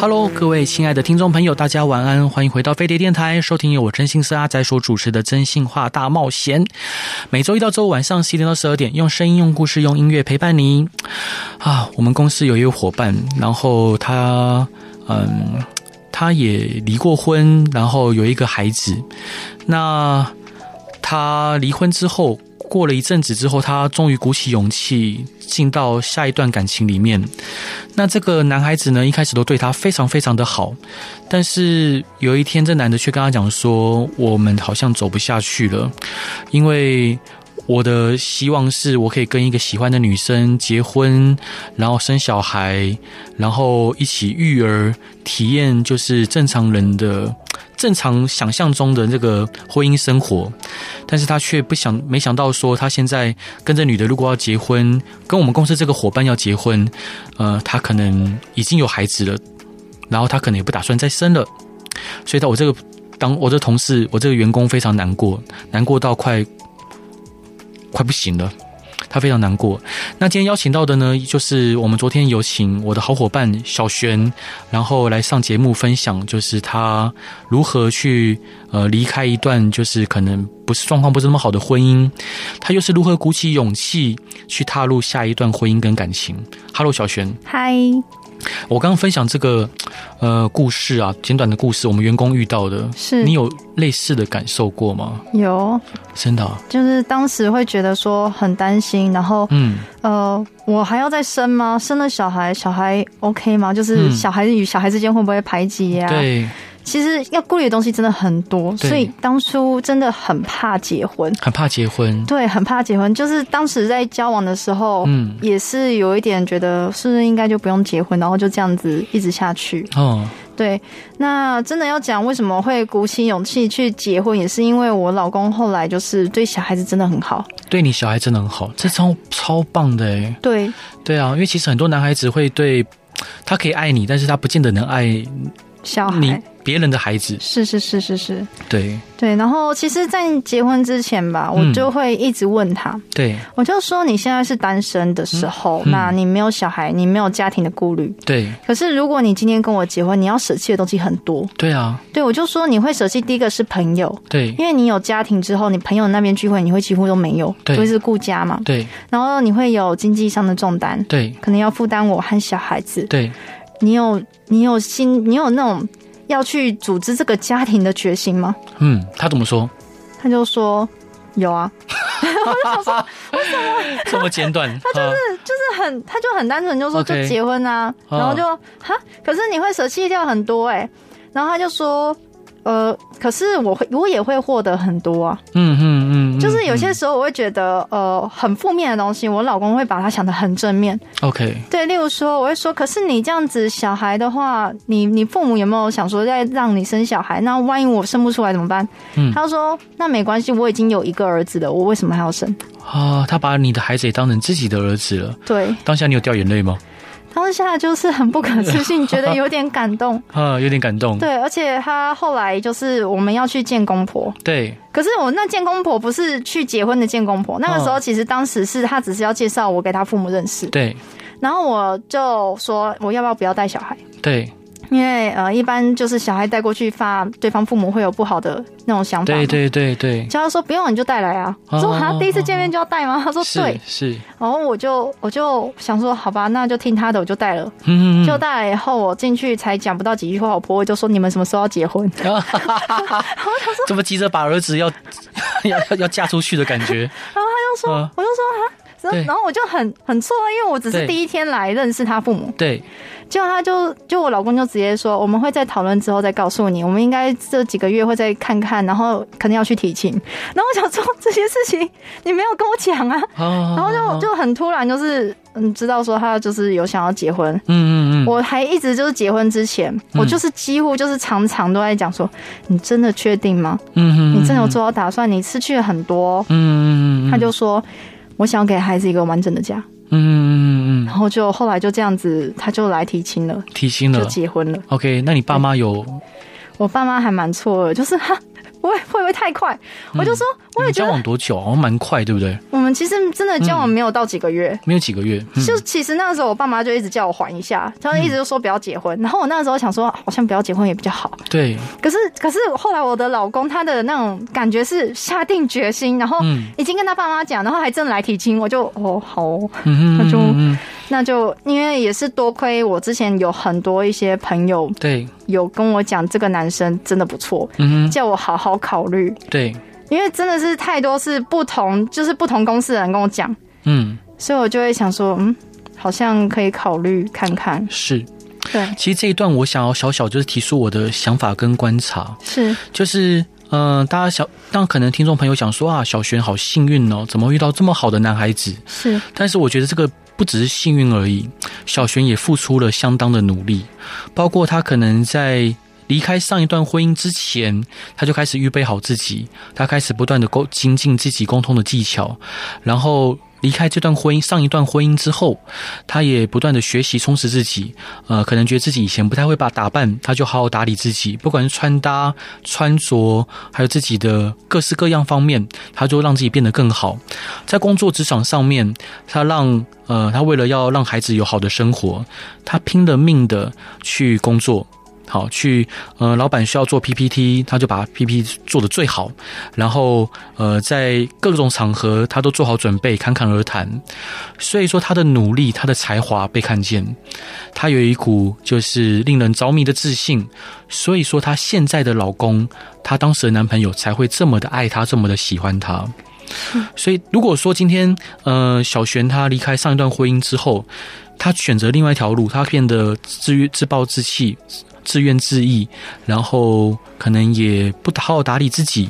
Hello，各位亲爱的听众朋友，大家晚安，欢迎回到飞碟电台，收听由我真心是阿仔所主持的《真心话大冒险》。每周一到周五晚上十点到十二点，用声音、用故事、用音乐陪伴你。啊，我们公司有一位伙伴，然后他，嗯，他也离过婚，然后有一个孩子。那他离婚之后，过了一阵子之后，他终于鼓起勇气进到下一段感情里面。那这个男孩子呢，一开始都对他非常非常的好，但是有一天，这男的却跟他讲说：“我们好像走不下去了，因为我的希望是我可以跟一个喜欢的女生结婚，然后生小孩，然后一起育儿，体验就是正常人的。”正常想象中的这个婚姻生活，但是他却不想，没想到说他现在跟这女的如果要结婚，跟我们公司这个伙伴要结婚，呃，他可能已经有孩子了，然后他可能也不打算再生了，所以到我这个当我这同事，我这个员工非常难过，难过到快快不行了。他非常难过。那今天邀请到的呢，就是我们昨天有请我的好伙伴小璇，然后来上节目分享，就是他如何去呃离开一段就是可能不是状况不是那么好的婚姻，他又是如何鼓起勇气去踏入下一段婚姻跟感情。Hello，小璇。嗨，我刚刚分享这个呃故事啊，简短的故事，我们员工遇到的，是你有类似的感受过吗？有，真的啊、就是当时会觉得说很担心，然后嗯，呃，我还要再生吗？生了小孩，小孩 OK 吗？就嗯是小孩与小孩之间会不会排挤呀、对，啊其实要顾虑的东西真的很多，对所以当初真的很怕结婚，很怕结婚，对，很怕结婚。就是当时在交往的时候，嗯，也是有一点觉得是不是应该就不用结婚，然后就这样子一直下去。哦，对，那真的要讲为什么会鼓起勇气去结婚，也是因为我老公后来就是对小孩子真的很好。对你小孩真的很好，这超超棒的诶。对，对啊，因为其实很多男孩子会对他可以爱你，但是他不见得能爱小你孩别人的孩子。是是是是是，对对。然后其实，在结婚之前吧，嗯我就会一直问他，对我就说你现在是单身的时候，嗯嗯那你没有小孩，你没有家庭的顾虑。对可是如果你今天跟我结婚，你要舍弃的东西很多。对啊，对，我就说你会舍弃第一个是朋友，对因为你有家庭之后，你朋友那边聚会你会几乎都没有，对就会是顾家嘛。对然后你会有经济上的重担，对可能要负担我和小孩子。对你有你有心，你有那种要去组织这个家庭的决心吗？嗯，他怎么说？ 他就说有啊，这么简短，他就是就是很他就很单纯就说 OK 就结婚啊哦然后就哈，可是你会舍弃掉很多哎、然后他就说。呃，可是我会，我也会获得很多啊。嗯嗯嗯，就是有些嗯时候我会觉得，呃，很负面的东西，我老公会把它想得很正面。 OK，对，例如说，我会说，可是你这样子小孩的话，你你父母有没有想说再让你生小孩？那万一我生不出来怎么办？嗯他说那没关系，我已经有一个儿子了，我为什么还要生？啊，他把你的孩子也当成自己的儿子了。对，当下你有掉眼泪吗？当下就是很不可置信，觉得有点感动。啊，有点感动。对，而且他后来就是我们要去见公婆，对可是我那见公婆不是去结婚的见公婆，那个时候其实当时是他只是要介绍我给他父母认识，对然后我就说我要不要不要带小孩。对因为呃，一般就是小孩带过去发，对方父母会有不好的那种想法。对。对对对，就他说不用你就带来啊，我说哦好，第一次见面就要带吗？他说是对，是，然后我就我就想说好吧，那就听他的，我就带了。嗯，嗯嗯就带来以后，我进去才讲不到几句话，我婆婆就说你们什么时候要结婚？这么急着把儿子要要要要嫁出去的感觉，就说、啊我就说啊，对然后然后我就很很错愕，因为我只对是第一天来认识他父母，对结果他就就我老公就直接说我们会在讨论之后再告诉你，我们应该这几个月会再看看，然后可能要去提亲。然后我想说这些事情你没有跟我 讲啊，啊，嗯然后就就很突然就是嗯知道说他就是有想要结婚，嗯嗯嗯嗯我还一直就是结婚之前，我就是几乎就是常常都在讲说，你真的确定吗？嗯哼，你真的有做好打算？你失去了很多。嗯，嗯嗯嗯，他就说，我想要给孩子一个完整的家，嗯嗯嗯嗯然后就后来就这样子，他就来提亲了，提醒就了。结婚了。 OK，那你爸妈有？我爸妈还蛮错愕，就是哈，我也会不会太快？我就说，嗯你我也们觉交得往多久啊？好像蛮快，对不对？我们其实真的交往没有到几个月，没有几个月。嗯就其实那个时候，我爸妈就一直叫我缓一下，他们一直就说不要结婚。然后我那个时候想说，好像不要结婚也比较好。对，可是，可是后来我的老公他的那种感觉是下定决心，然后嗯已经跟他爸妈讲，然后还真的来提亲，我就哦好哦，嗯他嗯就嗯，嗯那就因为也是多亏我之前有很多一些朋友对，有跟我讲，这个男生真的不错，嗯哼，叫我好好考虑，对，因为真的是太多是不同，就是不同公司的人跟我讲，嗯，所以我就会想说，嗯，好像可以考虑看看，是。对，其实这一段我想要小小就是提出我的想法跟观察，是。就是。嗯，大家想，让可能听众朋友想说啊，小璇好幸运哦，怎么会遇到这么好的男孩子？是但是我觉得这个不只是幸运而已，小璇也付出了相当的努力，包括她可能在离开上一段婚姻之前，她就开始预备好自己，她开始不断的沟精进自己沟通的技巧，然后。离开这段婚姻，上一段婚姻之后，她也不断的学习充实自己。呃，可能觉得自己以前不太会把打扮，她就好好打理自己，不管是穿搭、穿着，还有自己的各式各样方面，她就让自己变得更好。在工作职场上面，他让呃，他为了要让孩子有好的生活，他拼了命的去工作。好，去呃，老板需要做 PPT，他就把 PPT 做的最好，然后呃，在各种场合他都做好准备，侃侃而谈。所以说，他的努力，他的才华被看见，他有一股就是令人着迷的自信。所以说，她现在的老公，她当时的男朋友才会这么的爱她，这么的喜欢她。所以，如果说今天，呃，小璇她离开上一段婚姻之后，她选择另外一条路，她变得自怨自暴自弃、自怨自艾，然后可能也不好好打理自己，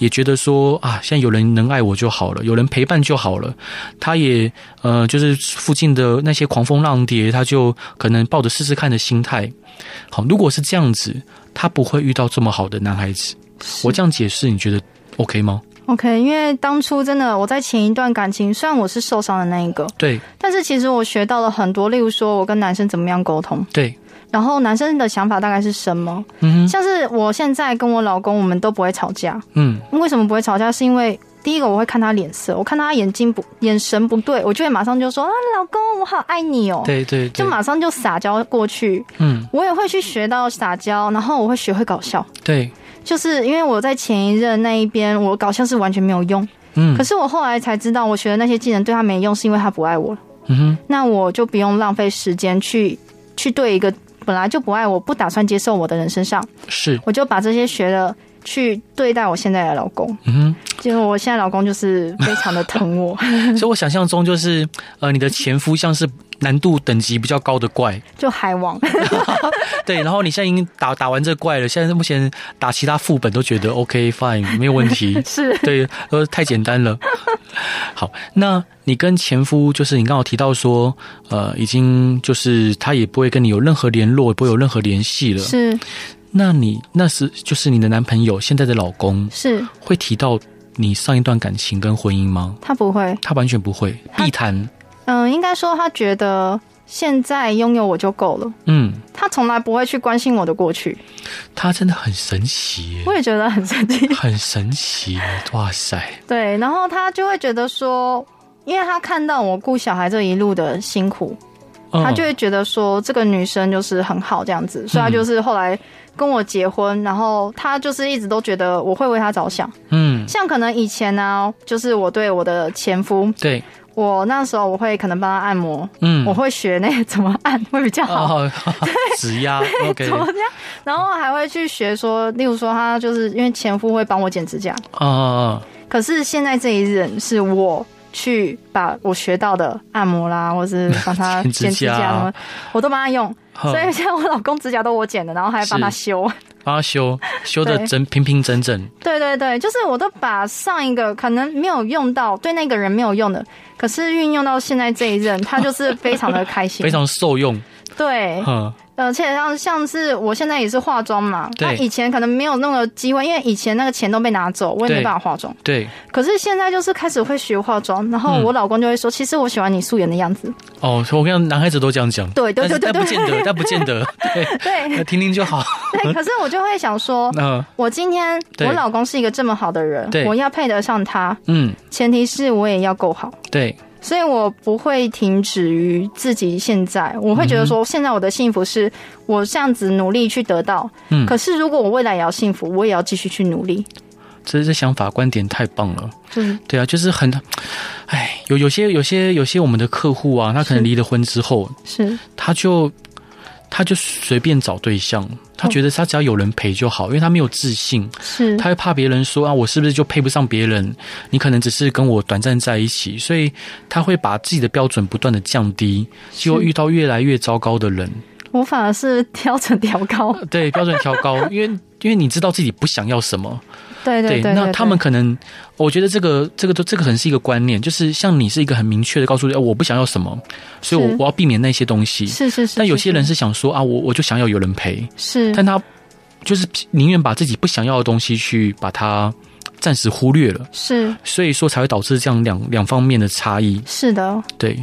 也觉得说啊，现在有人能爱我就好了，有人陪伴就好了。她也呃，就是附近的那些狂风浪蝶，她就可能抱着试试看的心态。好，如果是这样子，她不会遇到这么好的男孩子。我这样解释，你觉得 OK 吗？ OK，因为当初真的我在前一段感情，虽然我是受伤的那一个，对但是其实我学到了很多，例如说我跟男生怎么样沟通，对，然后男生的想法大概是什么。嗯哼像是我现在跟我老公，我们都不会吵架。嗯。为什么不会吵架？是因为第一个我会看他脸色，我看他眼睛不眼神不对，我就会马上就说啊，老公，我好爱你哦，对对，对就马上就撒娇过去。嗯，我也会去学到撒娇，然后我会学会搞笑。对，就是因为我在前一任那一边，我搞笑是完全没有用。嗯，可是我后来才知道，我学的那些技能对他没用，是因为他不爱我了。嗯哼，那我就不用浪费时间去去对一个本来就不爱我、不打算接受我的人身上，是，我就把这些学的去对待我现在的老公。嗯结果我现在老公就是非常的疼我， 哼，所以我想象中就是，呃，你的前夫像是难度等级比较高的怪，就海王。，对，然后你现在已经打 打完这怪了，现在目前打其他副本都觉得 OK fine 没有问题 是对，呃，太简单了。好，那你跟前夫就是你刚好提到说，呃，已经就是他也不会跟你有任何联络，也不会有任何联系了。是那你那是就是你的男朋友现在的老公是，会提到你上一段感情跟婚姻吗？他不会，他完全不会他避谈，嗯，应该说他觉得现在拥有我就够了。嗯，他从来不会去关心我的过去，他真的很神奇耶我，也觉得很生气。 很神奇，哇塞，对，然后他就会觉得说，因为他看到我顾小孩这一路的辛苦，嗯他就会觉得说这个女生就是很好这样子，嗯所以他就是后来跟我结婚，然后他就是一直都觉得我会为他着想。嗯，像可能以前呢、就是我对我的前夫，对，我那时候我会可能帮他按摩，嗯，我会学那个怎么按会比较哦好。哦，哈哈指 压，OK，怎么样？然后还会去学说，例如说他就是因为前夫会帮我剪指甲，啊啊，可是现在这一任是我去把我学到的按摩啦，或是帮他剪指剪指甲甲什么，我都帮他用。啊所以现在我老公指甲都我剪的，然后还帮他是修。帮他修修的对整平平整整，对对对，就是我都把上一个可能没有用到，对那 个人没有用的，可是运用到现在这一任，他就是非常的开心，非常受用，对，嗯，而且像像是我现在也是化妆嘛，对那以前可能没有那个机会，因为以前那个钱都被拿走，我也对没办法化妆。对，可是现在就是开始会学化妆，然后嗯我老公就会说，其实我喜欢你素颜的样子。哦，我跟你讲男孩子都这样讲，对对对对但是但不见得，对但不见得， 对对，听听就好。 对，可是我就会想说，嗯我今天对我老公是一个这么好的人对，我要配得上他，嗯，前提是我也要够好。对，所以我不会停止于自己现在，我会觉得嗯说，现在我的幸福是我这样子努力去得到。嗯可是如果我未来也要幸福，我也要继续去努力。这这想法观点太棒了。就是对啊，就是很，哎，有有些有些有些我们的客户啊，他可能是离了婚之后，是他就他就随便找对象，他哦嗯觉得他只要有人陪就好，因为他没有自信，是他会怕别人说啊，我是不是就配不上别人？你可能只是跟我短暂在一起，所以他会把自己的标准不断的降低，结果遇到越来越糟糕的人，我反而是调整调 高。对标准调高， 因为因为你知道自己不想要什么，对对对，那对他们可能，我觉得这个这个都这个可能是一个观念，就是像你是一个很明确的告诉你，哦，我不想要什么，所以我是我要避免那些东西。是是是，但有些人是是想说啊，我我就想要有人陪，是但他就是宁愿把自己不想要的东西去把它暂时忽略了，是所以说才会导致这样两两方面的差异。是的，对，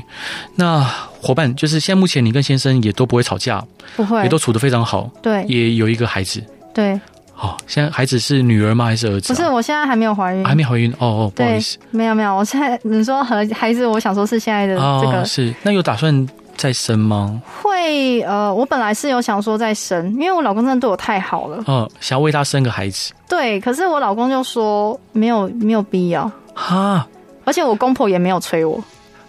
那伙伴就是现在目前你跟先生也都不会吵架，不会也都处得非常好，对也有一个孩子。对，哦，现在孩子是女儿吗？还是儿子不啊、是我现在还没有怀孕，啊还没怀孕哦哦，不好对意思。没有没有，我现在你说和孩子，我想说是现在的这哦，个是，那有打算再生吗？会呃，我本来是有想说再生，因为我老公真的对我太好 了。嗯，想要为他生个孩子对，可是我老公就说没有没有必要，哈。而且我公婆也没有催我。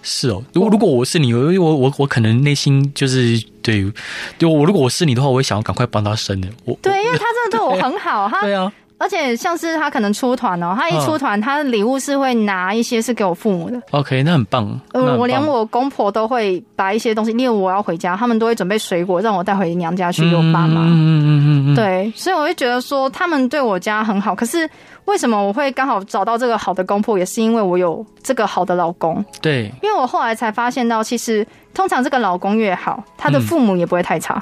是哦，如果如果我是你，我我我我可能内心就是对，就我如果我是你的话，我会想要赶快帮他生的。我，对，因为他真的对我很好，他对啊，而且像是他可能出团哦，嗯他一出团，他的礼物是会拿一些是给我父母的。 OK，那很棒。那很呃，棒我连我公婆都会把一些东西，例如我要回家，他们都会准备水果让我带回娘家去给我爸妈。嗯嗯嗯嗯嗯，对，所以我会觉得说他们对我家很好，可是为什么我会刚好找到这个好的公婆，也是因为我有这个好的老公。对因为我后来才发现到，其实通常这个老公越好，他嗯的父母也不会太差，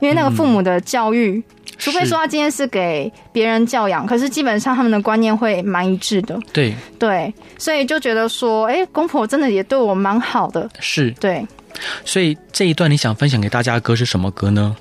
因为那个父母的教育，除非是说他今天是给别人教养，可是基本上他们的观念会蛮一致的。对对，所以就觉得说，哎、公婆真的也对我蛮好的。是，对所以这一段你想分享给大家的歌是什么歌呢？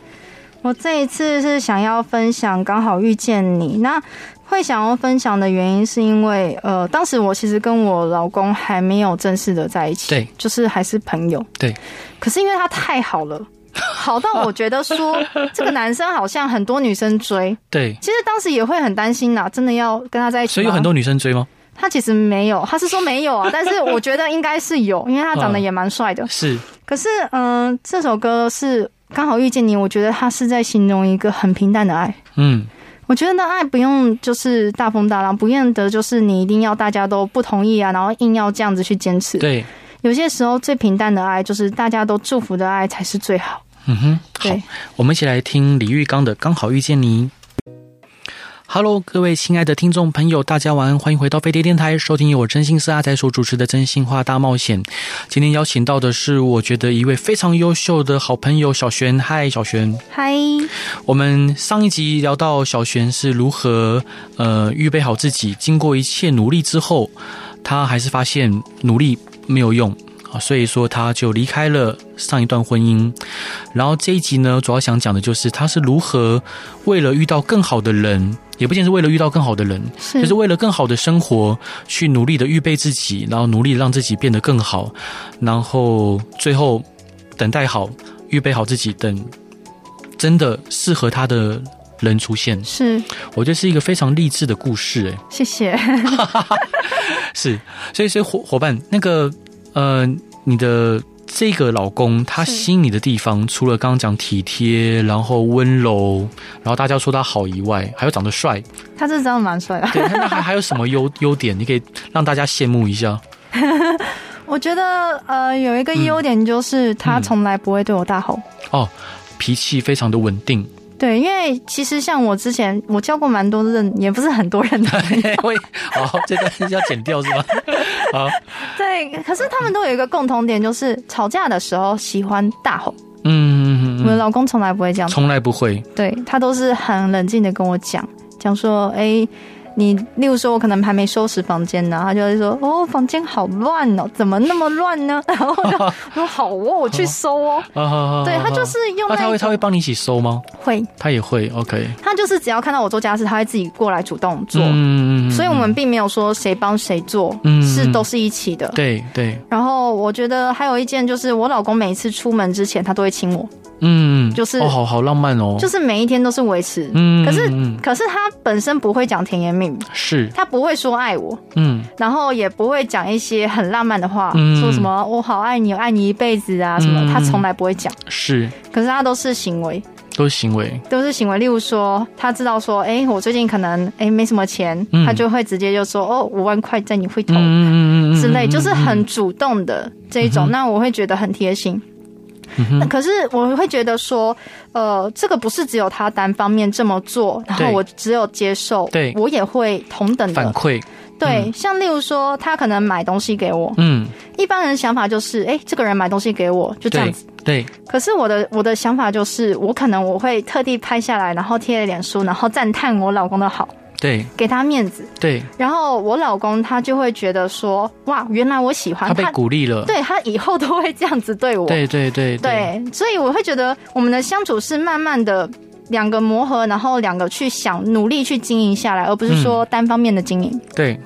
我这一次是想要分享《刚好遇见你》，那会想要分享的原因是因为，呃，当时我其实跟我老公还没有正式的在一起，对，就是还是朋友，对。可是因为他太好 了，好到我觉得说这个男生好像很多女生追，对，其实当时也会很担心啦，真的要跟他在一起吗，所以有很多女生追吗？他其实没有，他是说没 有啊，但是我觉得应该是有，因为他长得也蛮帅的，是可是，嗯、这首歌是刚好遇见你，我觉得它是在形容一个很平淡的爱。嗯我觉得那爱不用就是大风大浪，不见得就是你一定要大家都不同意啊，然后硬要这样子去坚持。对，有些时候最平淡的爱，就是大家都祝福的爱才是最好。嗯哼，好对，我们一起来听李玉刚的《刚好遇见你》。Hello，各位亲爱的听众朋友，大家晚安，欢迎回到飞碟电台，收听由我真心是阿仔所主持的《真心话大冒险》。今天邀请到的是我觉得一位非常优秀的好朋友小璇。嗨，小璇，嗨，我们上一集聊到小璇是如何呃预备好自己，经过一切努力之后，她还是发现努力没有用啊，所以说她就离开了上一段婚姻。然后这一集呢，主要想讲的就是她是如何为了遇到更好的人，也不见得是为了遇到更好的人，是就是为了更好的生活去努力的预备自己，然后努力地让自己变得更好，然后最后等待好，预备好自己，等真的适合他的人出现。是，我觉得是一个非常励志的故事，哎，谢谢。 是，所以所以伙伙伴，那个呃，你的这个老公他是吸引你的地方，除了刚刚讲体贴，然后温柔，然后大家说他好以外，还有长得帅，他这真的蛮帅的，对，那还还有什么优优点，你可以让大家羡慕一下？我觉得呃有一嗯个优点就是他从来不会对我大吼。哦，脾气非常的稳 定。对，因为其实像我之前我教过蛮多人，也不是很多 人的，我也好，哦这段要剪掉是吗？好，对，可是他们都有一个共同点，就是吵架的时候喜欢大吼。 嗯嗯嗯嗯我的嗯，老公从来不会这样，从来不会，对他都是很冷静的跟我讲，讲说，哎、你例如说，我可能还没收拾房间呢，他就会说：“哦，房间好乱哦，怎么那么乱呢？” 然后我 就说：“好哦，我去收哦。啊，对他就啊。是用那、那他会一他种会帮你一起收吗？会，他也会，OK。他就是只要看到我做家事，他会自己过来主动做。嗯所以我们并没有说谁帮谁做，嗯是都是一起的。对对，然后我觉得还有一件就是，我老公每次出门之前，他都会亲我，嗯，就是哦，好好浪漫哦，就是每一天都是维持。嗯，可是嗯嗯可是他本身不会讲甜言蜜语，是，他不会说爱我，嗯然后也不会讲一些很浪漫的话，嗯说什么我好爱你，我爱你一辈子啊什么，嗯他从来不会讲。是，可是他都是行为，都是行为，都是行为。例如说，他知道说，哎、我最近可能哎、没什么钱，嗯他就会直接就说，哦，五万块在你会头。嗯嗯嗯之类，就是很主动的这一种，那我会觉得很贴心。那可是我会觉得说，呃，这个不是只有他单方面这么做，然后对我只有接受，对我也会同等反的馈，对。像例如说，他可能买东西给我，嗯，一般人想法就是，哎，这个人买东西给我就这样对子。对，可是我的我的想法就是，我可能我会特地拍下来，然后贴脸书，然后赞叹我老公的好，对给他面子。对，然后我老公他就会觉得说，哇，原来我喜欢他被鼓励了，对他以后都会这样子对我。对对对对所以我会觉得我们的相处是慢慢的两个磨合，然后两个去想努力去经营下来，而不是嗯说单方面的经营。对，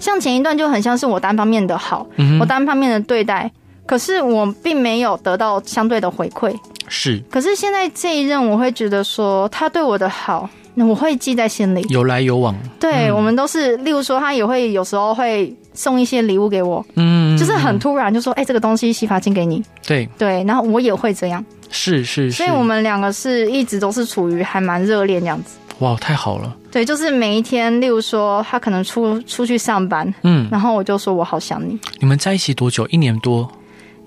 像前一段就很像是我单方面的好，嗯我哼，单方面的对待。可是我并没有得到相对的回馈。是可是现在这一任，我会觉得说他对我的好，那我会记在心里。有来有往，对、我们都是，例如说他也会有时候会送一些礼物给我，嗯，就是很突然就说：“哎、这个东西洗发精给你。”对，对，然后我也会这样，是是是，所以我们两个是一直都是处于还蛮热恋这样子。哇，太好了，对，就是每一天，例如说他可能出出去上班，嗯，然后我就说我好想你。你们在一起多久？一年多，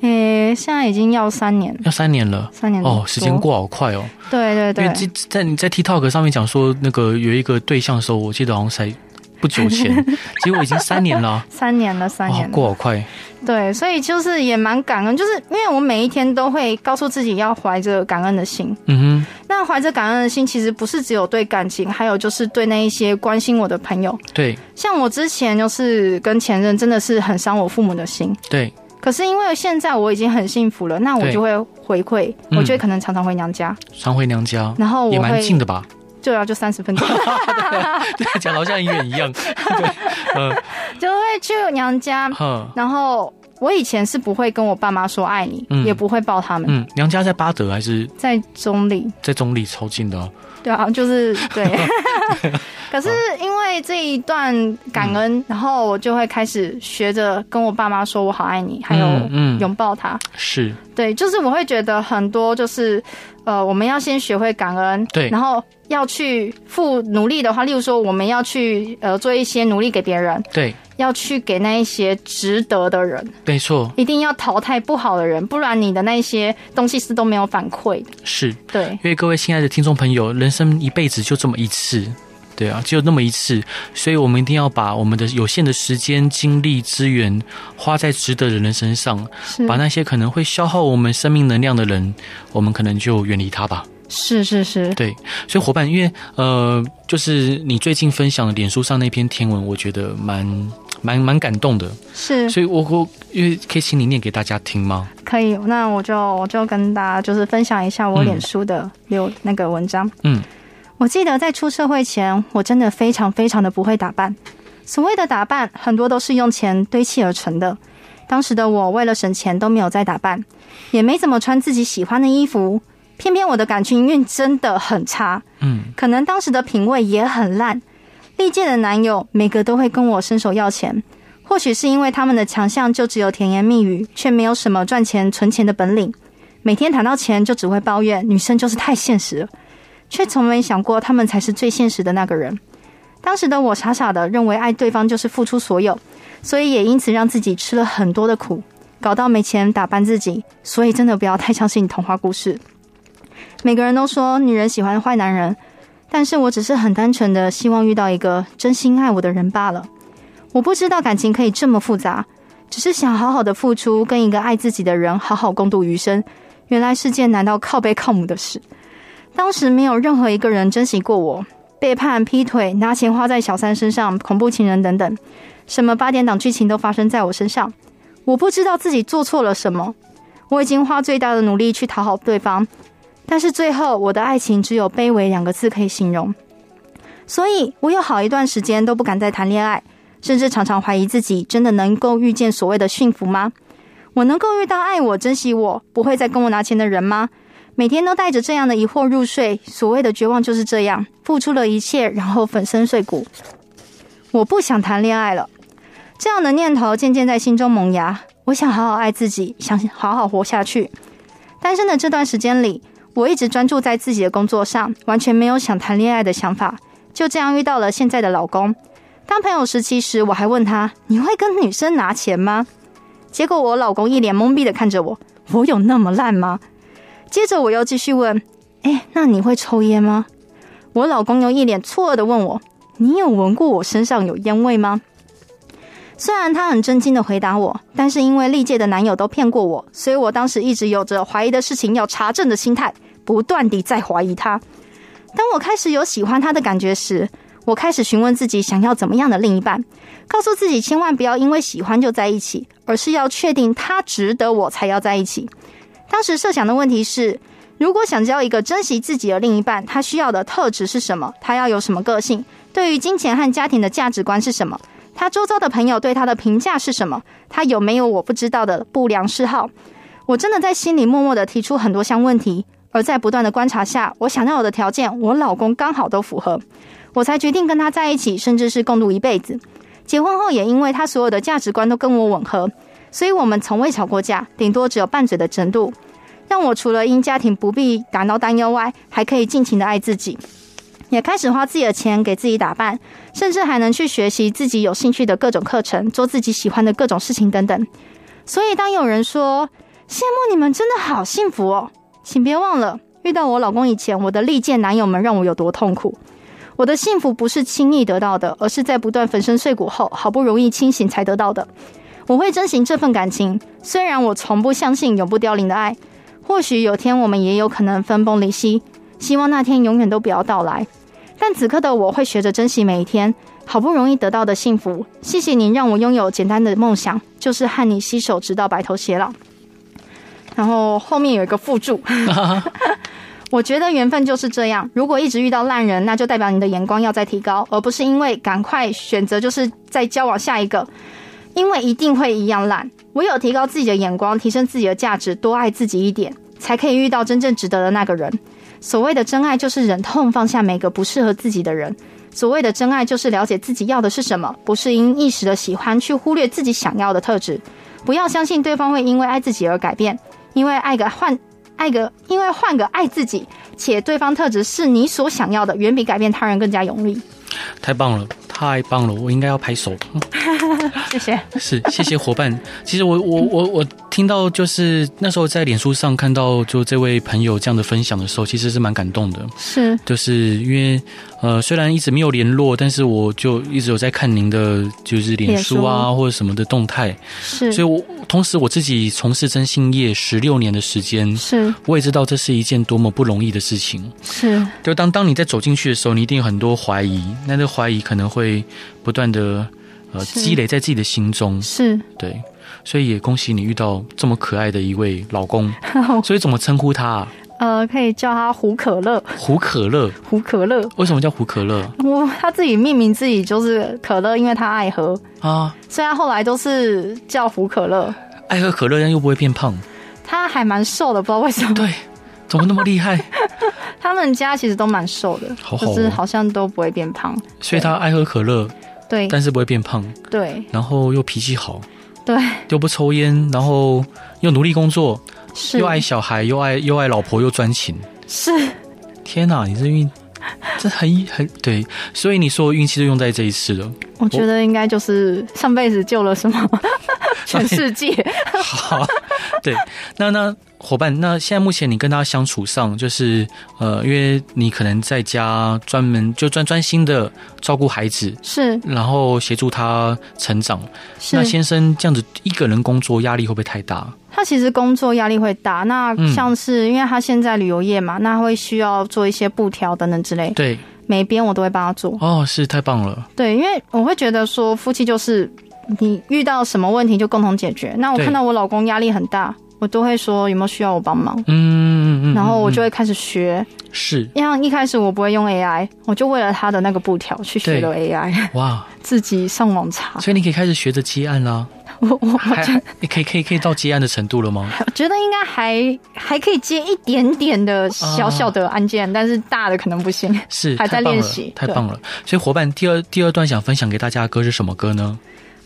诶，现在已经要三年，要三年了。三年多哦，时间。过好快哦！对对因为对这，在你在 TikTok 上面讲说那个有一个对象的时候，我记得好像才不久 前，结果已经三年了啊，三年了，三哇年，了。过好快，对，所以就是也蛮感恩，就是因为我每一天都会告诉自己要怀着感恩的心。嗯哼，那怀着感恩的心，其实不是只有对感情，还有就是对那一些关心我的朋友。对像我之前就是跟前任，真的是很伤我父母的心。对，可是因为现在我已经很幸福了，那我对就会回馈，嗯我就会可能常常回娘家，常回娘家，然后也我蛮会近的吧？ 对啊，就三十分钟，对，讲得好像很远一 样。对，嗯就会去娘家。哼，然后我以前是不会跟我爸妈说爱你，嗯也不会抱他们，嗯，娘家在巴德还是在中立，在中立，超近的哦、对啊，就是 对。可是因为这一段感恩，嗯然后我就会开始学着跟我爸妈说我好爱你，还有嗯嗯拥抱他。是对，就是我会觉得很多就是，呃，我们要先学会感恩，对然后要去付努力的话，例如说我们要去呃做一些努力给别人，对，要去给那一些值得的人，没错，一定要淘汰不好的人，不然你的那一些东西是都没有反馈的。是因对，为各位亲爱的听众朋友，人生一辈子就这么一次。对啊，只有那么一次，所以我们一定要把我们的有限的时间、精力、资源花在值得的人身上，是把那些可能会消耗我们生命能量的人，我们可能就远离他吧。是是是，对，所以伙伴，因为呃，就是你最近分享的脸书上那篇天文，我觉得蛮蛮蛮感动的，是所以我我因为可以请你念给大家听吗？可以。那我就我就跟大家就是分享一下我嗯脸书的留那个文章。嗯，我记得在出社会前，我真的非常非常的不会打扮。所谓的打扮，很多都是用钱堆砌而成的。当时的我为了省钱都没有再打扮，也没怎么穿自己喜欢的衣服。偏偏我的感情运真的很差，嗯，可能当时的品味也很烂。历届的男友每个都会跟我伸手要钱，或许是因为他们的强项就只有甜言蜜语，却没有什么赚钱存钱的本领。每天谈到钱就只会抱怨，女生就是太现实了。却从没想过他们才是最现实的那个人。当时的我傻傻的认为爱对方就是付出所有，所以也因此让自己吃了很多的苦，搞到没钱打扮自己。所以真的不要太相信童话故事。每个人都说女人喜欢坏男人，但是我只是很单纯的希望遇到一个真心爱我的人罢了。我不知道感情可以这么复杂，只是想好好的付出，跟一个爱自己的人好好共度余生，原来是件难到靠背靠母的事。当时没有任何一个人珍惜过我，背叛、劈腿、拿钱花在小三身上、恐怖情人等等，什么八点档剧情都发生在我身上。我不知道自己做错了什么，我已经花最大的努力去讨好对方，但是最后我的爱情只有卑微两个字可以形容。所以我有好一段时间都不敢再谈恋爱，甚至常常怀疑自己真的能够遇见所谓的幸福吗？我能够遇到爱我、珍惜我、不会再跟我拿钱的人吗？每天都带着这样的疑惑入睡。所谓的绝望就是这样，付出了一切，然后粉身碎骨。我不想谈恋爱了，这样的念头渐渐在心中萌芽。我想好好爱自己，想好好活下去。单身的这段时间里，我一直专注在自己的工作上，完全没有想谈恋爱的想法。就这样遇到了现在的老公。当朋友时期时，我还问他：“你会跟女生拿钱吗？”结果我老公一脸懵逼的看着我：“我有那么烂吗？”接着我又继续问：“哎，那你会抽烟吗？”我老公又一脸错愕的问我：“你有闻过我身上有烟味吗？”虽然他很震惊的回答我，但是因为历届的男友都骗过我，所以我当时一直有着怀疑的事情要查证的心态，不断地在怀疑他。当我开始有喜欢他的感觉时，我开始询问自己想要怎么样的另一半，告诉自己千万不要因为喜欢就在一起，而是要确定他值得我才要在一起。当时设想的问题是，如果想交一个珍惜自己的另一半，他需要的特质是什么？他要有什么个性？对于金钱和家庭的价值观是什么？他周遭的朋友对他的评价是什么？他有没有我不知道的不良嗜好？我真的在心里默默的提出很多项问题，而在不断的观察下，我想要的条件，我老公刚好都符合，我才决定跟他在一起，甚至是共度一辈子。结婚后也因为他所有的价值观都跟我吻合，所以我们从未吵过架，顶多只有拌嘴的程度，让我除了因家庭不必感到担忧外，还可以尽情的爱自己，也开始花自己的钱给自己打扮，甚至还能去学习自己有兴趣的各种课程，做自己喜欢的各种事情等等。所以当有人说羡慕你们真的好幸福哦，请别忘了，遇到我老公以前，我的历届男友们让我有多痛苦。我的幸福不是轻易得到的，而是在不断粉身碎骨后，好不容易清醒才得到的。我会珍惜这份感情，虽然我从不相信永不凋零的爱。或许有天我们也有可能分崩离析，希望那天永远都不要到来。但此刻的我会学着珍惜每一天，好不容易得到的幸福。谢谢你让我拥有简单的梦想，就是和你携手直到白头偕老。然后后面有一个附注，我觉得缘分就是这样。如果一直遇到烂人，那就代表你的眼光要再提高，而不是因为赶快选择就是再交往下一个，因为一定会一样烂。唯有提高自己的眼光，提升自己的价值，多爱自己一点，才可以遇到真正值得的那个人。所谓的真爱，就是忍痛放下每个不适合自己的人。所谓的真爱，就是了解自己要的是什么，不是因一时的喜欢去忽略自己想要的特质。不要相信对方会因为爱自己而改变，因为爱个换爱个，因为换个爱自己，且对方特质是你所想要的，远比改变他人更加有力。太棒了，太棒了，我应该要拍手。谢谢。是，谢谢伙伴。其实我我我我听到就是那时候在脸书上看到就这位朋友这样的分享的时候，其实是蛮感动的。是，就是因为呃，虽然一直没有联络，但是我就一直有在看您的，就是脸书嗯啊脸或者什么的动态。是，所以我同时我自己从事征信业十六年的时间，是，我也知道这是一件多么不容易的事情。是，就当当你在走进去的时候，你一定有很多怀疑，那这怀疑可能会不断的呃是积累在自己的心中。是。 对，所以也恭喜你遇到这么可爱的一位老 公。所以怎么称呼他、啊？呃，可以叫他胡可乐，胡可乐？胡可乐。为什么叫胡可乐我他自己命名自己就是可乐，因为他爱喝，啊？所以他后来都是叫胡可乐。爱喝可乐，但又不会变胖。他还蛮瘦的，不知道为什么。 对，怎么那么厉害？ 他们家其实都蛮瘦的，好好哦就是好像都不会变胖。所以他爱喝可乐，对但是不会变胖，对然后又脾气好，对，又不抽烟，然后又努力工作，是又爱小孩，又爱又爱老婆，又专情。是天哪，你这运，这很很对，所以你说运气就用在这一次了。我觉得应该就是上辈子救了什 么全世界。好，对，那那伙伴，那现在目前你跟他相处上，就是呃，因为你可能在家专门就专专心的照顾孩子， 是然后协助他成长。那是先生这样子一个人工作压力会不会太大？他其实工作压力会大，那嗯像是因为他现在旅游业嘛，那会需要做一些布条等等之类，对，每一边我都会帮他做。哦，是太棒了，对，因为我会觉得说夫妻就是你遇到什么问题就共同解决。那我对看到我老公压力很大，我都会说有没有需要我帮忙，嗯嗯嗯嗯，然后我就嗯会开始学。是像一开始我不会用 AI，我就为了他的那个布条去学了 AI，哇， 自己上网查。所以你可以开始学着接案啦，我我 我还你可以可以可以到接案的程度了吗？我觉得应该还还可以接一点点的小小的案件，但是大的可能不行。是，还在太棒练了习太对棒了。所以伙伴，第二第二段想分享给大家的歌是什么歌呢？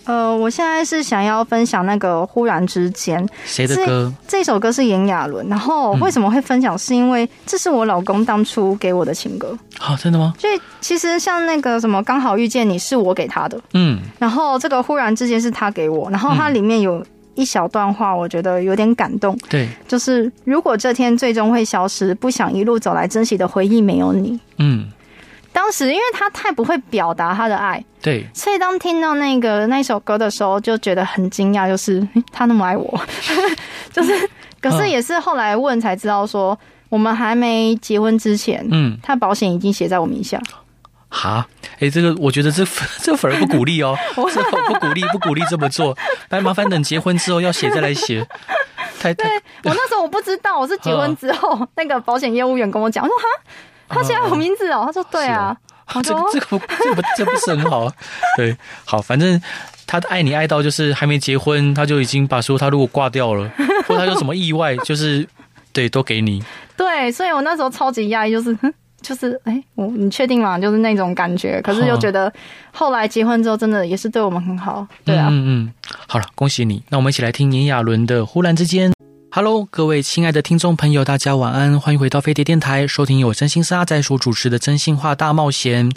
呃，我现在是想要分享那个《忽然之间》，谁的是歌？这首歌是炎亚纶，然后为什么会分享？是因为这是我老公当初给我的情歌，好、哦真的吗？所以其实像那个什么《刚好遇见你》是我给他的，嗯，然后这个忽然之间是他给我，然后它里面有一小段话，我觉得有点感动，对，就是如果这天最终会消失，不想一路走来珍惜的回忆没有你。嗯，当时因为他太不会表达他的爱，对，所以当听到那个那首歌的时候，就觉得很惊讶，就是诶他那么爱我， 就是，可是也是后来问才知道说，我们还没结婚之前，嗯，他保险已经写在我名下，哈，哎，这个我觉得这这反而不鼓 励哦，这不鼓励不鼓励这么做，来麻烦等结婚之后要写再来写。太太我那时候我不知道，我是结婚之后那个保险业务员跟我讲，我说哈，他写在我名字哦，他说对啊，我啊这说个这个不这不这不是很好，啊对，好，反正他爱你爱到就是还没结婚，他就已经把说他如果挂掉了，或他有什么意外，就是对都给你，对，所以我那时候超级压抑，就是。 哼就是哎，我你确定吗？就是那种感觉，可是又觉得后来结婚之后，真的也是对我们很好，对啊。嗯嗯嗯，好了，恭喜你。那我们一起来听炎亚纶的《忽然之间》。Hello，各位亲爱的听众朋友，大家晚安，欢迎回到飞碟电台，收听由我真心是阿仔所主持的《真心话大冒险》。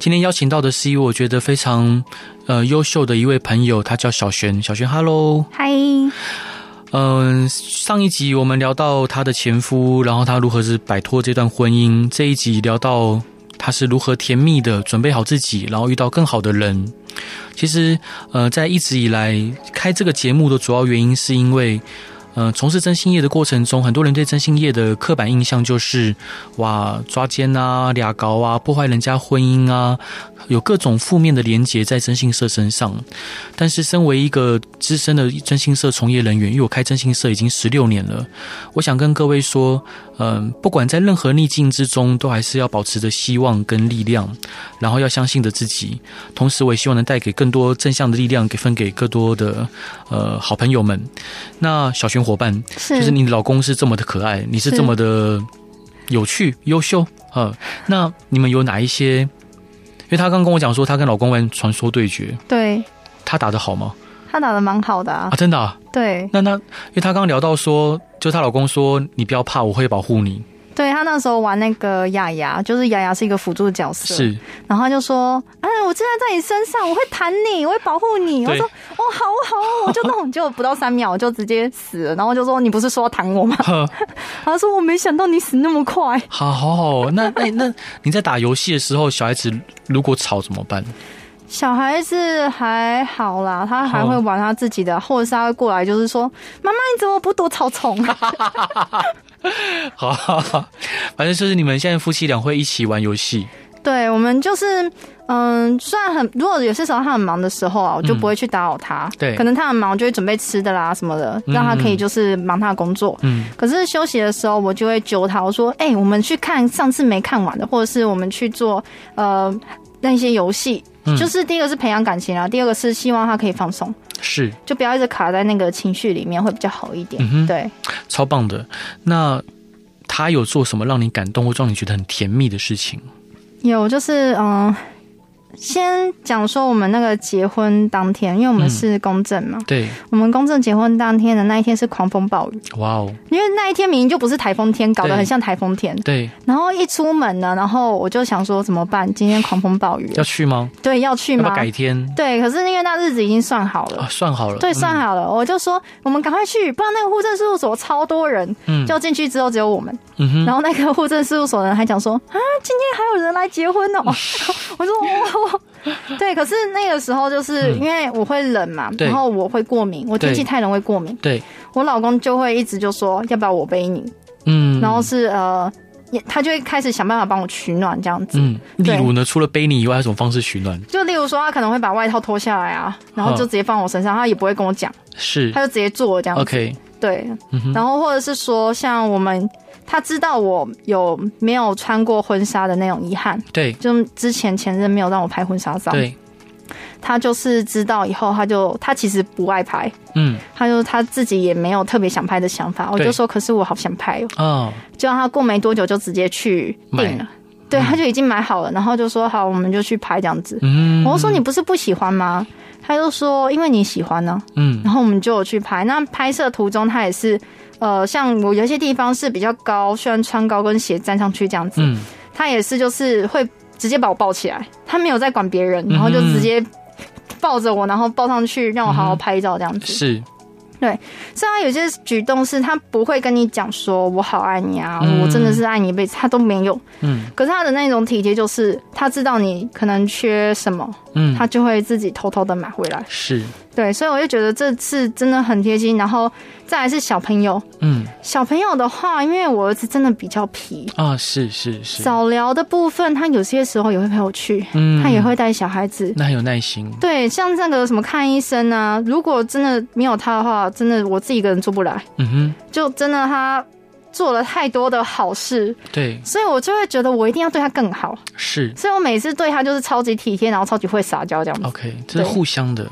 今天邀请到的是一位我觉得非常呃优秀的一位朋友，他叫小璇。小璇，Hello。嗨，嗯、上一集我们聊到她的前夫，然后她如何是摆脱这段婚姻。这一集聊到她是如何甜蜜的准备好自己，然后遇到更好的人。其实，呃，在一直以来开这个节目的主要原因，是因为，呃，从事征信业的过程中，很多人对征信业的刻板印象就是，哇，抓奸啊、俩搞啊、破坏人家婚姻啊，有各种负面的连结在征信社身上。但是，身为一个资深的征信社从业人员，因为我开征信社已经十六年了，我想跟各位说，嗯、不管在任何逆境之中，都还是要保持着希望跟力量，然后要相信着自己。同时，我也希望能带给更多正向的力量，给分给更多的呃好朋友们。那小群伙伴，是就是你老公是这么的可爱，你是是这么的有趣、优秀啊、呃那你们有哪一些？因为她刚跟我讲说，她跟老公玩传说对决，对她打得好吗？他打的蛮好的啊啊，，真的、啊？对，那那，因为她刚刚聊到说，就她老公说，你不要怕，我会保护你。对他那时候玩那个雅雅，就是雅雅是一个辅助角色，，是，然后他就说，哎，我站在你身上，我会弹你，我会保护你，我对说，哦，好哦，好哦，我就弄，结果不到三秒我就直接死了，然后就说你不是说要弹我吗？呵， 他说我没想到你死那么快，好好好。那那那你在打游戏的时候，小孩子如果吵怎么 办？小孩子还好啦，他还会玩他自己的，或者是他会过来就是说，妈妈你怎么不躲草丛？好，好好反正就是你们现在夫妻俩会一起玩游戏。对，我们就是，嗯，虽然很，如果有些时候他很忙的时候啊，我就不会去打扰他。嗯对可能他很忙，我就会准备吃的啦什么的，让他可以就是忙他的工作。嗯，可是休息的时候，我就会揪他，我说：“哎、我们去看上次没看完的，或者是我们去做呃那些游戏。嗯就是第一个是培养感情啊，第二个是希望他可以放松，是，就不要一直卡在那个情绪里面，会比较好一点。嗯哼对，超棒的。那他有做什么让你感动或让你觉得很甜蜜的事情？有，就是嗯，先讲说我们那个结婚当天，因为我们嗯是公证嘛，对，我们公证结婚当天的那一天是狂风暴雨，哇哦，因为那一天明明就不是台风天，搞得很像台风天。对，然后一出门呢，然后我就想说怎么办？今天狂风暴雨，要去吗？对，要去要不要吗？改天？对，可是因为那日子已经算好了。啊，算好了。对，算好了，我就说我们赶快去，不然那个户政事务所超多人，嗯就进去之后只有我们。嗯哼，嗯 然后那个户政事务所的人还讲说啊，今天还有人来结婚哦。我说哦，我。对，可是那个时候就是因为我会冷嘛，嗯对然后我会过敏，我天气对太冷会过敏，对，我老公就会一直就说要不要我背你，嗯，然后是呃，也他就会开始想办法帮我取暖这样子。嗯，例对如呢，除了背你以外，还有什么方式取暖？就例如说，他可能会把外套脱下来啊，嗯然后就直接放我身上，他也不会跟我讲，是他就直接做这样子。 ，OK，对，哦嗯哼，然后或者是说，像我们他知道我有没有穿过婚纱的那种遗憾，对就是之前前任没有让我拍婚纱照，对，他就是知道以后，他就他其实不爱拍，嗯，他就他自己也没有特别想拍的想法。我对就说，可是我好想拍哦，哦，就让他过没多久就直接去订了，对，他就已经买好了，然后就说好，我们就去拍这样子。嗯，我就说你不是不喜欢吗？他就说因为你喜欢呢、嗯，然后我们就有去拍。那拍摄途中，他也是，呃，像我有一些地方是比较高，虽然穿高跟鞋站上去这样子，嗯，他也是就是会直接把我抱起来，他没有在管别人，然后就嗯哼直接抱着我，然后抱上去让我好好拍照这样子。是，虽然有些举动是他不会跟你讲说我好爱你啊，嗯我真的是爱你一辈子，他都没有。嗯可是他的那种体贴就是他知道你可能缺什么，嗯，他就会自己偷偷的买回来。是，对，所以我就觉得这次真的很贴心。然后再来是小朋友，嗯小朋友的话，因为我儿子真的比较皮，啊，是是是，早疗的部分他有些时候也会陪我去，嗯他也会，带小孩子。那很有耐心，对，像那个什么看医生啊，如果真的没有他的话，真的我自己一个人做不来，嗯就真的他做了太多的好事，哼，对，所以我就会觉得我一定要对他更好，是所以我每次对他就是超级体贴，然后超级会撒娇这样子。 ，OK，这是嗯对互相的。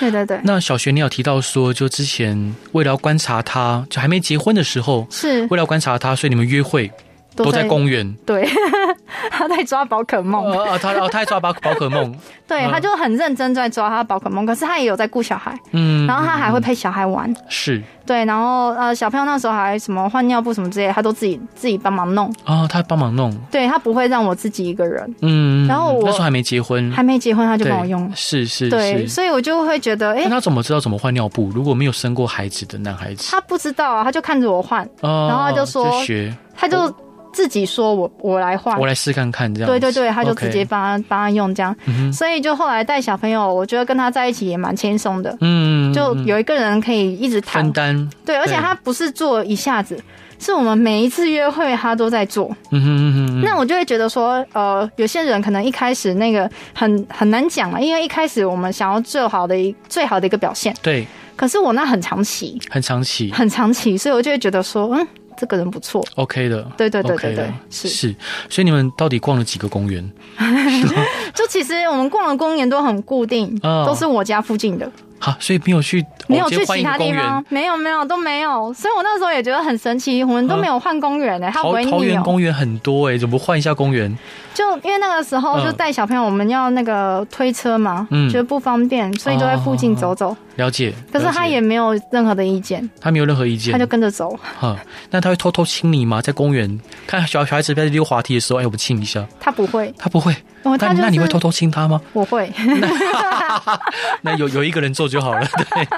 对对对，哦那小学你有提到说，就之前为了要观察他，就还没结婚的时候，是为了要观察他，所以你们约会都在公园。对， 他在抓宝可梦。呃，呃他哦，他还抓宝宝可梦，对，嗯他就很认真在抓他的宝可梦，可是他也有在顾小孩，嗯， 然后他还会陪小孩玩，是对，然后呃小朋友那时候还什么换尿布什么之类的，他都自己自己帮忙弄，哦，他帮忙弄，对他不会让我自己一个人，嗯，然后我那时候还没结婚，还没结婚他就嗯对帮我用了，是是对，是。所以我就会觉得，哎、那他怎么知道怎么换尿布？如果没有生过孩子的男孩子，他不知道啊，他就看着我换，哦，然后他就说学，他就哦自己说我我来换我。来试看看这样子。对对对，他就直接 OK，帮他帮他用这样，嗯哼所以就后来带小朋友，我觉得跟他在一起也蛮轻松的，嗯，就嗯嗯有一个人可以一直躺分担，对，而且对他不是做一下子，是我们每一次约会他都在做。嗯哼嗯哼嗯哼，那我就会觉得说，呃，有些人可能一开始那个很很难讲了，因为一开始我们想要最好的一最好的一个表现，对，可是我那很长期，很长期很长期，所以我就会觉得说，嗯，这个人不错。 ，OK 的。对对对 OK 对对的是。是，所以你们到底逛了几个公园？就其实我们逛的公园都很固定，哦都是我家附近的，好，所以没有去，没有哦直接去换其一个他地公方园，，没有没有都没有。所以我那时候也觉得很神奇，我们都嗯没有换公园呢、他不桃会桃腻园哦。公园很多哎、怎么不换一下公园？就因为那个时候嗯就带小朋友，我们要那个推车嘛，嗯哦觉得不方便，所以就在附近走走。了解，可是他了解也没有任何的意见，他没有任何意见，他就跟着走。哈，那他会偷偷亲你吗？在公园看小小孩子在溜滑梯的时候，哎，我们亲一下，他不会，他不会。我那他就是那你会偷偷亲他吗？ 我会那有有一个人做就好了， 对，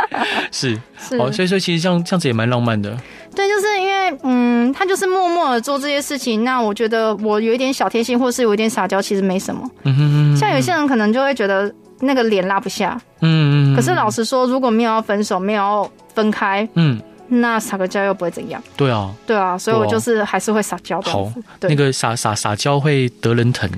是，是，哦，所以所以其实这样这样子也蛮浪漫的，对，就是因为嗯，他就是默默的做这些事情。那我觉得我有一点小贴心，或是有一点撒娇，其实没什么。嗯哼嗯哼，像有些人可能就会觉得那个脸拉不下，嗯嗯，可是老实说，如果没有要分手，没有要分开，嗯，那撒个娇又不会怎样。对啊，对啊，所以我对啊就是还是会撒娇这样好子。，对那个撒撒撒娇会得人 疼，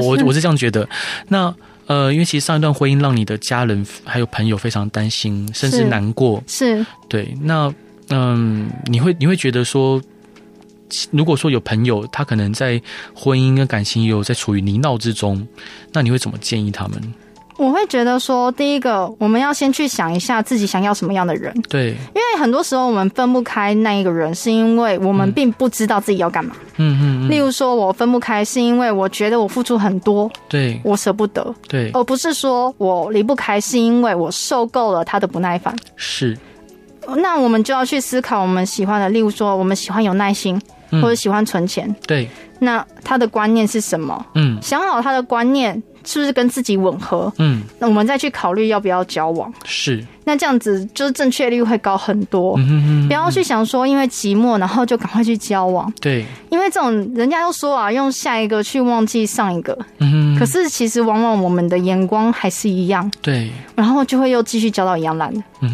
我我我是这样觉得。那呃，因为其实上一段婚姻让你的家人还有朋友非常担心，甚至是难过，是对，那嗯，你会你会觉得说，如果说有朋友他可能在婚姻跟感情也有在处于泥淖之中，那你会怎么建议他们？我会觉得说，第一个，我们要先去想一下自己想要什么样的人，对，因为很多时候我们分不开那一个人，是因为我们并不知道自己要干嘛。嗯嗯嗯例嗯，如说，我分不开是因为我觉得我付出很多，对我舍不得，对而不是说我离不开是因为我受够了他的不耐烦。是，那我们就要去思考我们喜欢的，例如说，我们喜欢有耐心，嗯或者喜欢存钱，对，那他的观念是什么？嗯想好他的观念是不是跟自己吻合，嗯那我们再去考虑要不要交往。是，那这样子就是正确率会高很多。嗯嗯不嗯，要去想说因为寂寞然后就赶快去交往，对，因为这种人家都说啊，用下一个去忘记上一个。嗯，可是其实往往我们的眼光还是一样，对，然后就会又继续交到一样烂的。嗯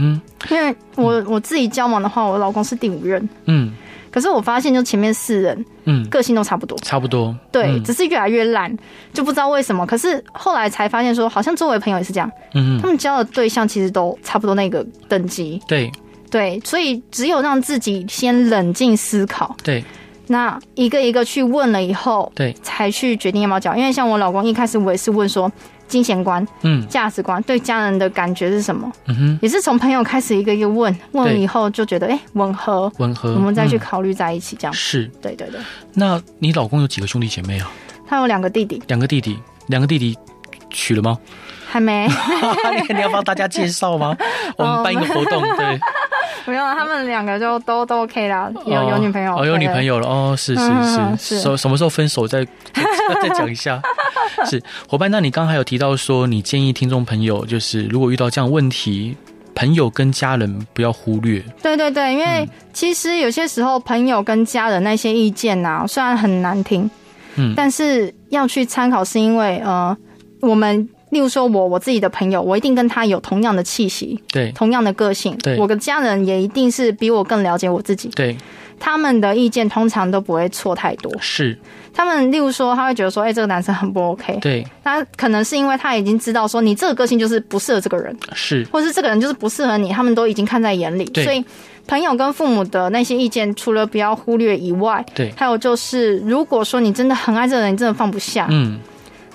哼，因为我我自己交往的话，我老公是第五任，嗯可是我发现就前面四任嗯，个性都差不多，差不多，对，嗯只是越来越烂，就不知道为什么。可是后来才发现说，好像周围朋友也是这样，嗯他哼，们交的对象其实都差不多那个等级，对对，所以只有让自己先冷静思考，对那一个一个去问了以后，对，才去决定要不要交。因为像我老公一开始我也是问说金钱观、嗯价值观对家人的感觉是什么，嗯哼，也是从朋友开始一个一个问，问了对以后就觉得哎、诶吻合，吻合，我们再嗯去考虑在一起这样。是。对对对，那你老公有几个兄弟姐妹啊？他有两个弟弟，两个弟弟，两个弟弟娶了吗？还没你你要帮大家介绍吗？我们办一个活动，对，没有啊，他们两个就都都 OK 啦，有有女朋友，哦，有对女朋。友了，哦，是嗯是嗯是，是什什么时候分手 再再讲一下。是伙伴，那你刚刚还有提到说，你建议听众朋友就是如果遇到这样问题，朋友跟家人不要忽略，对对对，因嗯为其实有些时候朋友跟家人那些意见呐、虽然很难听，嗯，但是要去参考，是因为呃，我们例如说我我自己的朋友，我一定跟他有同样的气息。对同样的个性对，我的家人也一定是比我更了解我自己，对他们的意见通常都不会错太多。是，他们例如说，他会觉得说，哎、这个男生很不 OK，对那可能是因为他已经知道说你这个个性就是不适合这个人，是，或是这个人就是不适合你，他们都已经看在眼里。对所以朋友跟父母的那些意见，除了不要忽略以外，对，还有就是，如果说你真的很爱这个人，你真的放不下，嗯，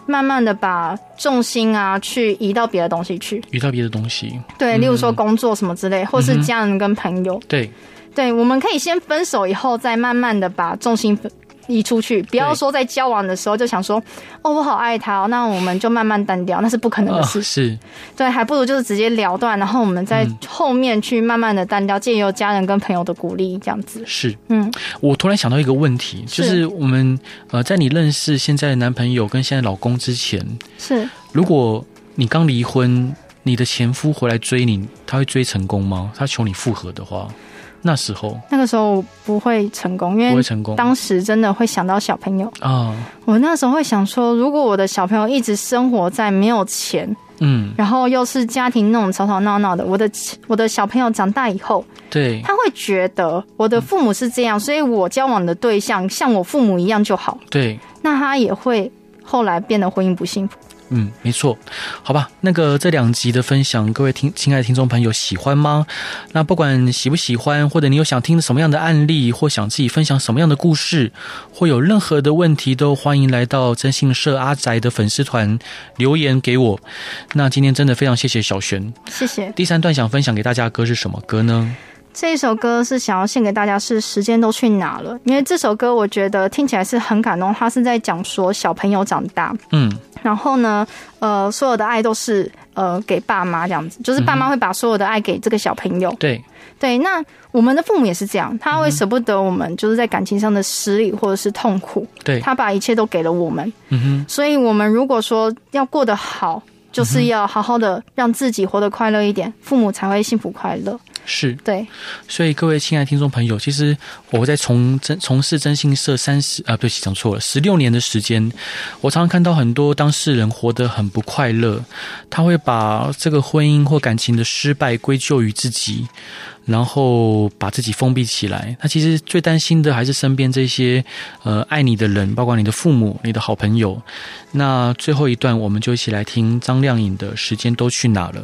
慢慢的把重心啊去移到别的东西去。遇到别的东西，对，例如说工作什么之类，嗯或是哼家人跟朋友。对对，我们可以先分手，以后再慢慢的把重心分移出去，不要对说在交往的时候就想说，哦，我好爱他、哦，那我们就慢慢淡掉，那是不可能啊的事情。是，对，还不如就是直接了断，然后我们在嗯后面去慢慢的单调，借由家人跟朋友的鼓励，这样子。是，嗯，我突然想到一个问题，就是是我们呃，在你认识现在的男朋友跟现在老公之前，是如果你刚离婚，你的前夫回来追你，他会追成功吗？他求你复合的话，那时候那个时候我不会成功，因不会为成功当时真的会想到小朋友。啊，我那时候会想说，如果我的小朋友一直生活在没有钱，嗯，然后又是家庭那种吵吵闹闹的，我的我的小朋友长大以后，对，他会觉得我的父母是这样，所以我交往的对象像我父母一样就好，对，那他也会后来变得婚姻不幸福。嗯，没错，好吧，那个这两集的分享，各位听亲爱的听众朋友喜欢吗？那不管喜不喜欢，或者你有想听什么样的案例，或想自己分享什么样的故事，或有任何的问题，都欢迎来到真心社阿宅的粉丝团留言给我。那今天真的非常谢谢小璇。谢谢。第三段想分享给大家的歌是什么歌呢？这一首歌是想要献给大家，是《时间都去哪了》，因为这首歌我觉得听起来是很感动，它是在讲说小朋友长大，嗯，然后呢，呃，所有的爱都是呃给爸妈这样子，就是爸妈会把所有的爱给这个小朋友。对，对，那我们的父母也是这样，他会舍不得我们就是在感情上的失利或者是痛苦，对，他把一切都给了我们，嗯哼，嗯所以我们如果说要过得好。就是要好好的让自己活得快乐一点，父母才会幸福快乐。是。对，所以各位亲爱的听众朋友，其实我在从真从事征信社三十啊，对不起，讲错了，十六年的时间，我常常看到很多当事人活得很不快乐，他会把这个婚姻或感情的失败归咎于自己，然后把自己封闭起来。他其实最担心的还是身边这些呃爱你的人，包括你的父母、你的好朋友。那最后一段，我们就一起来听张靓颖的《时间都去哪了》。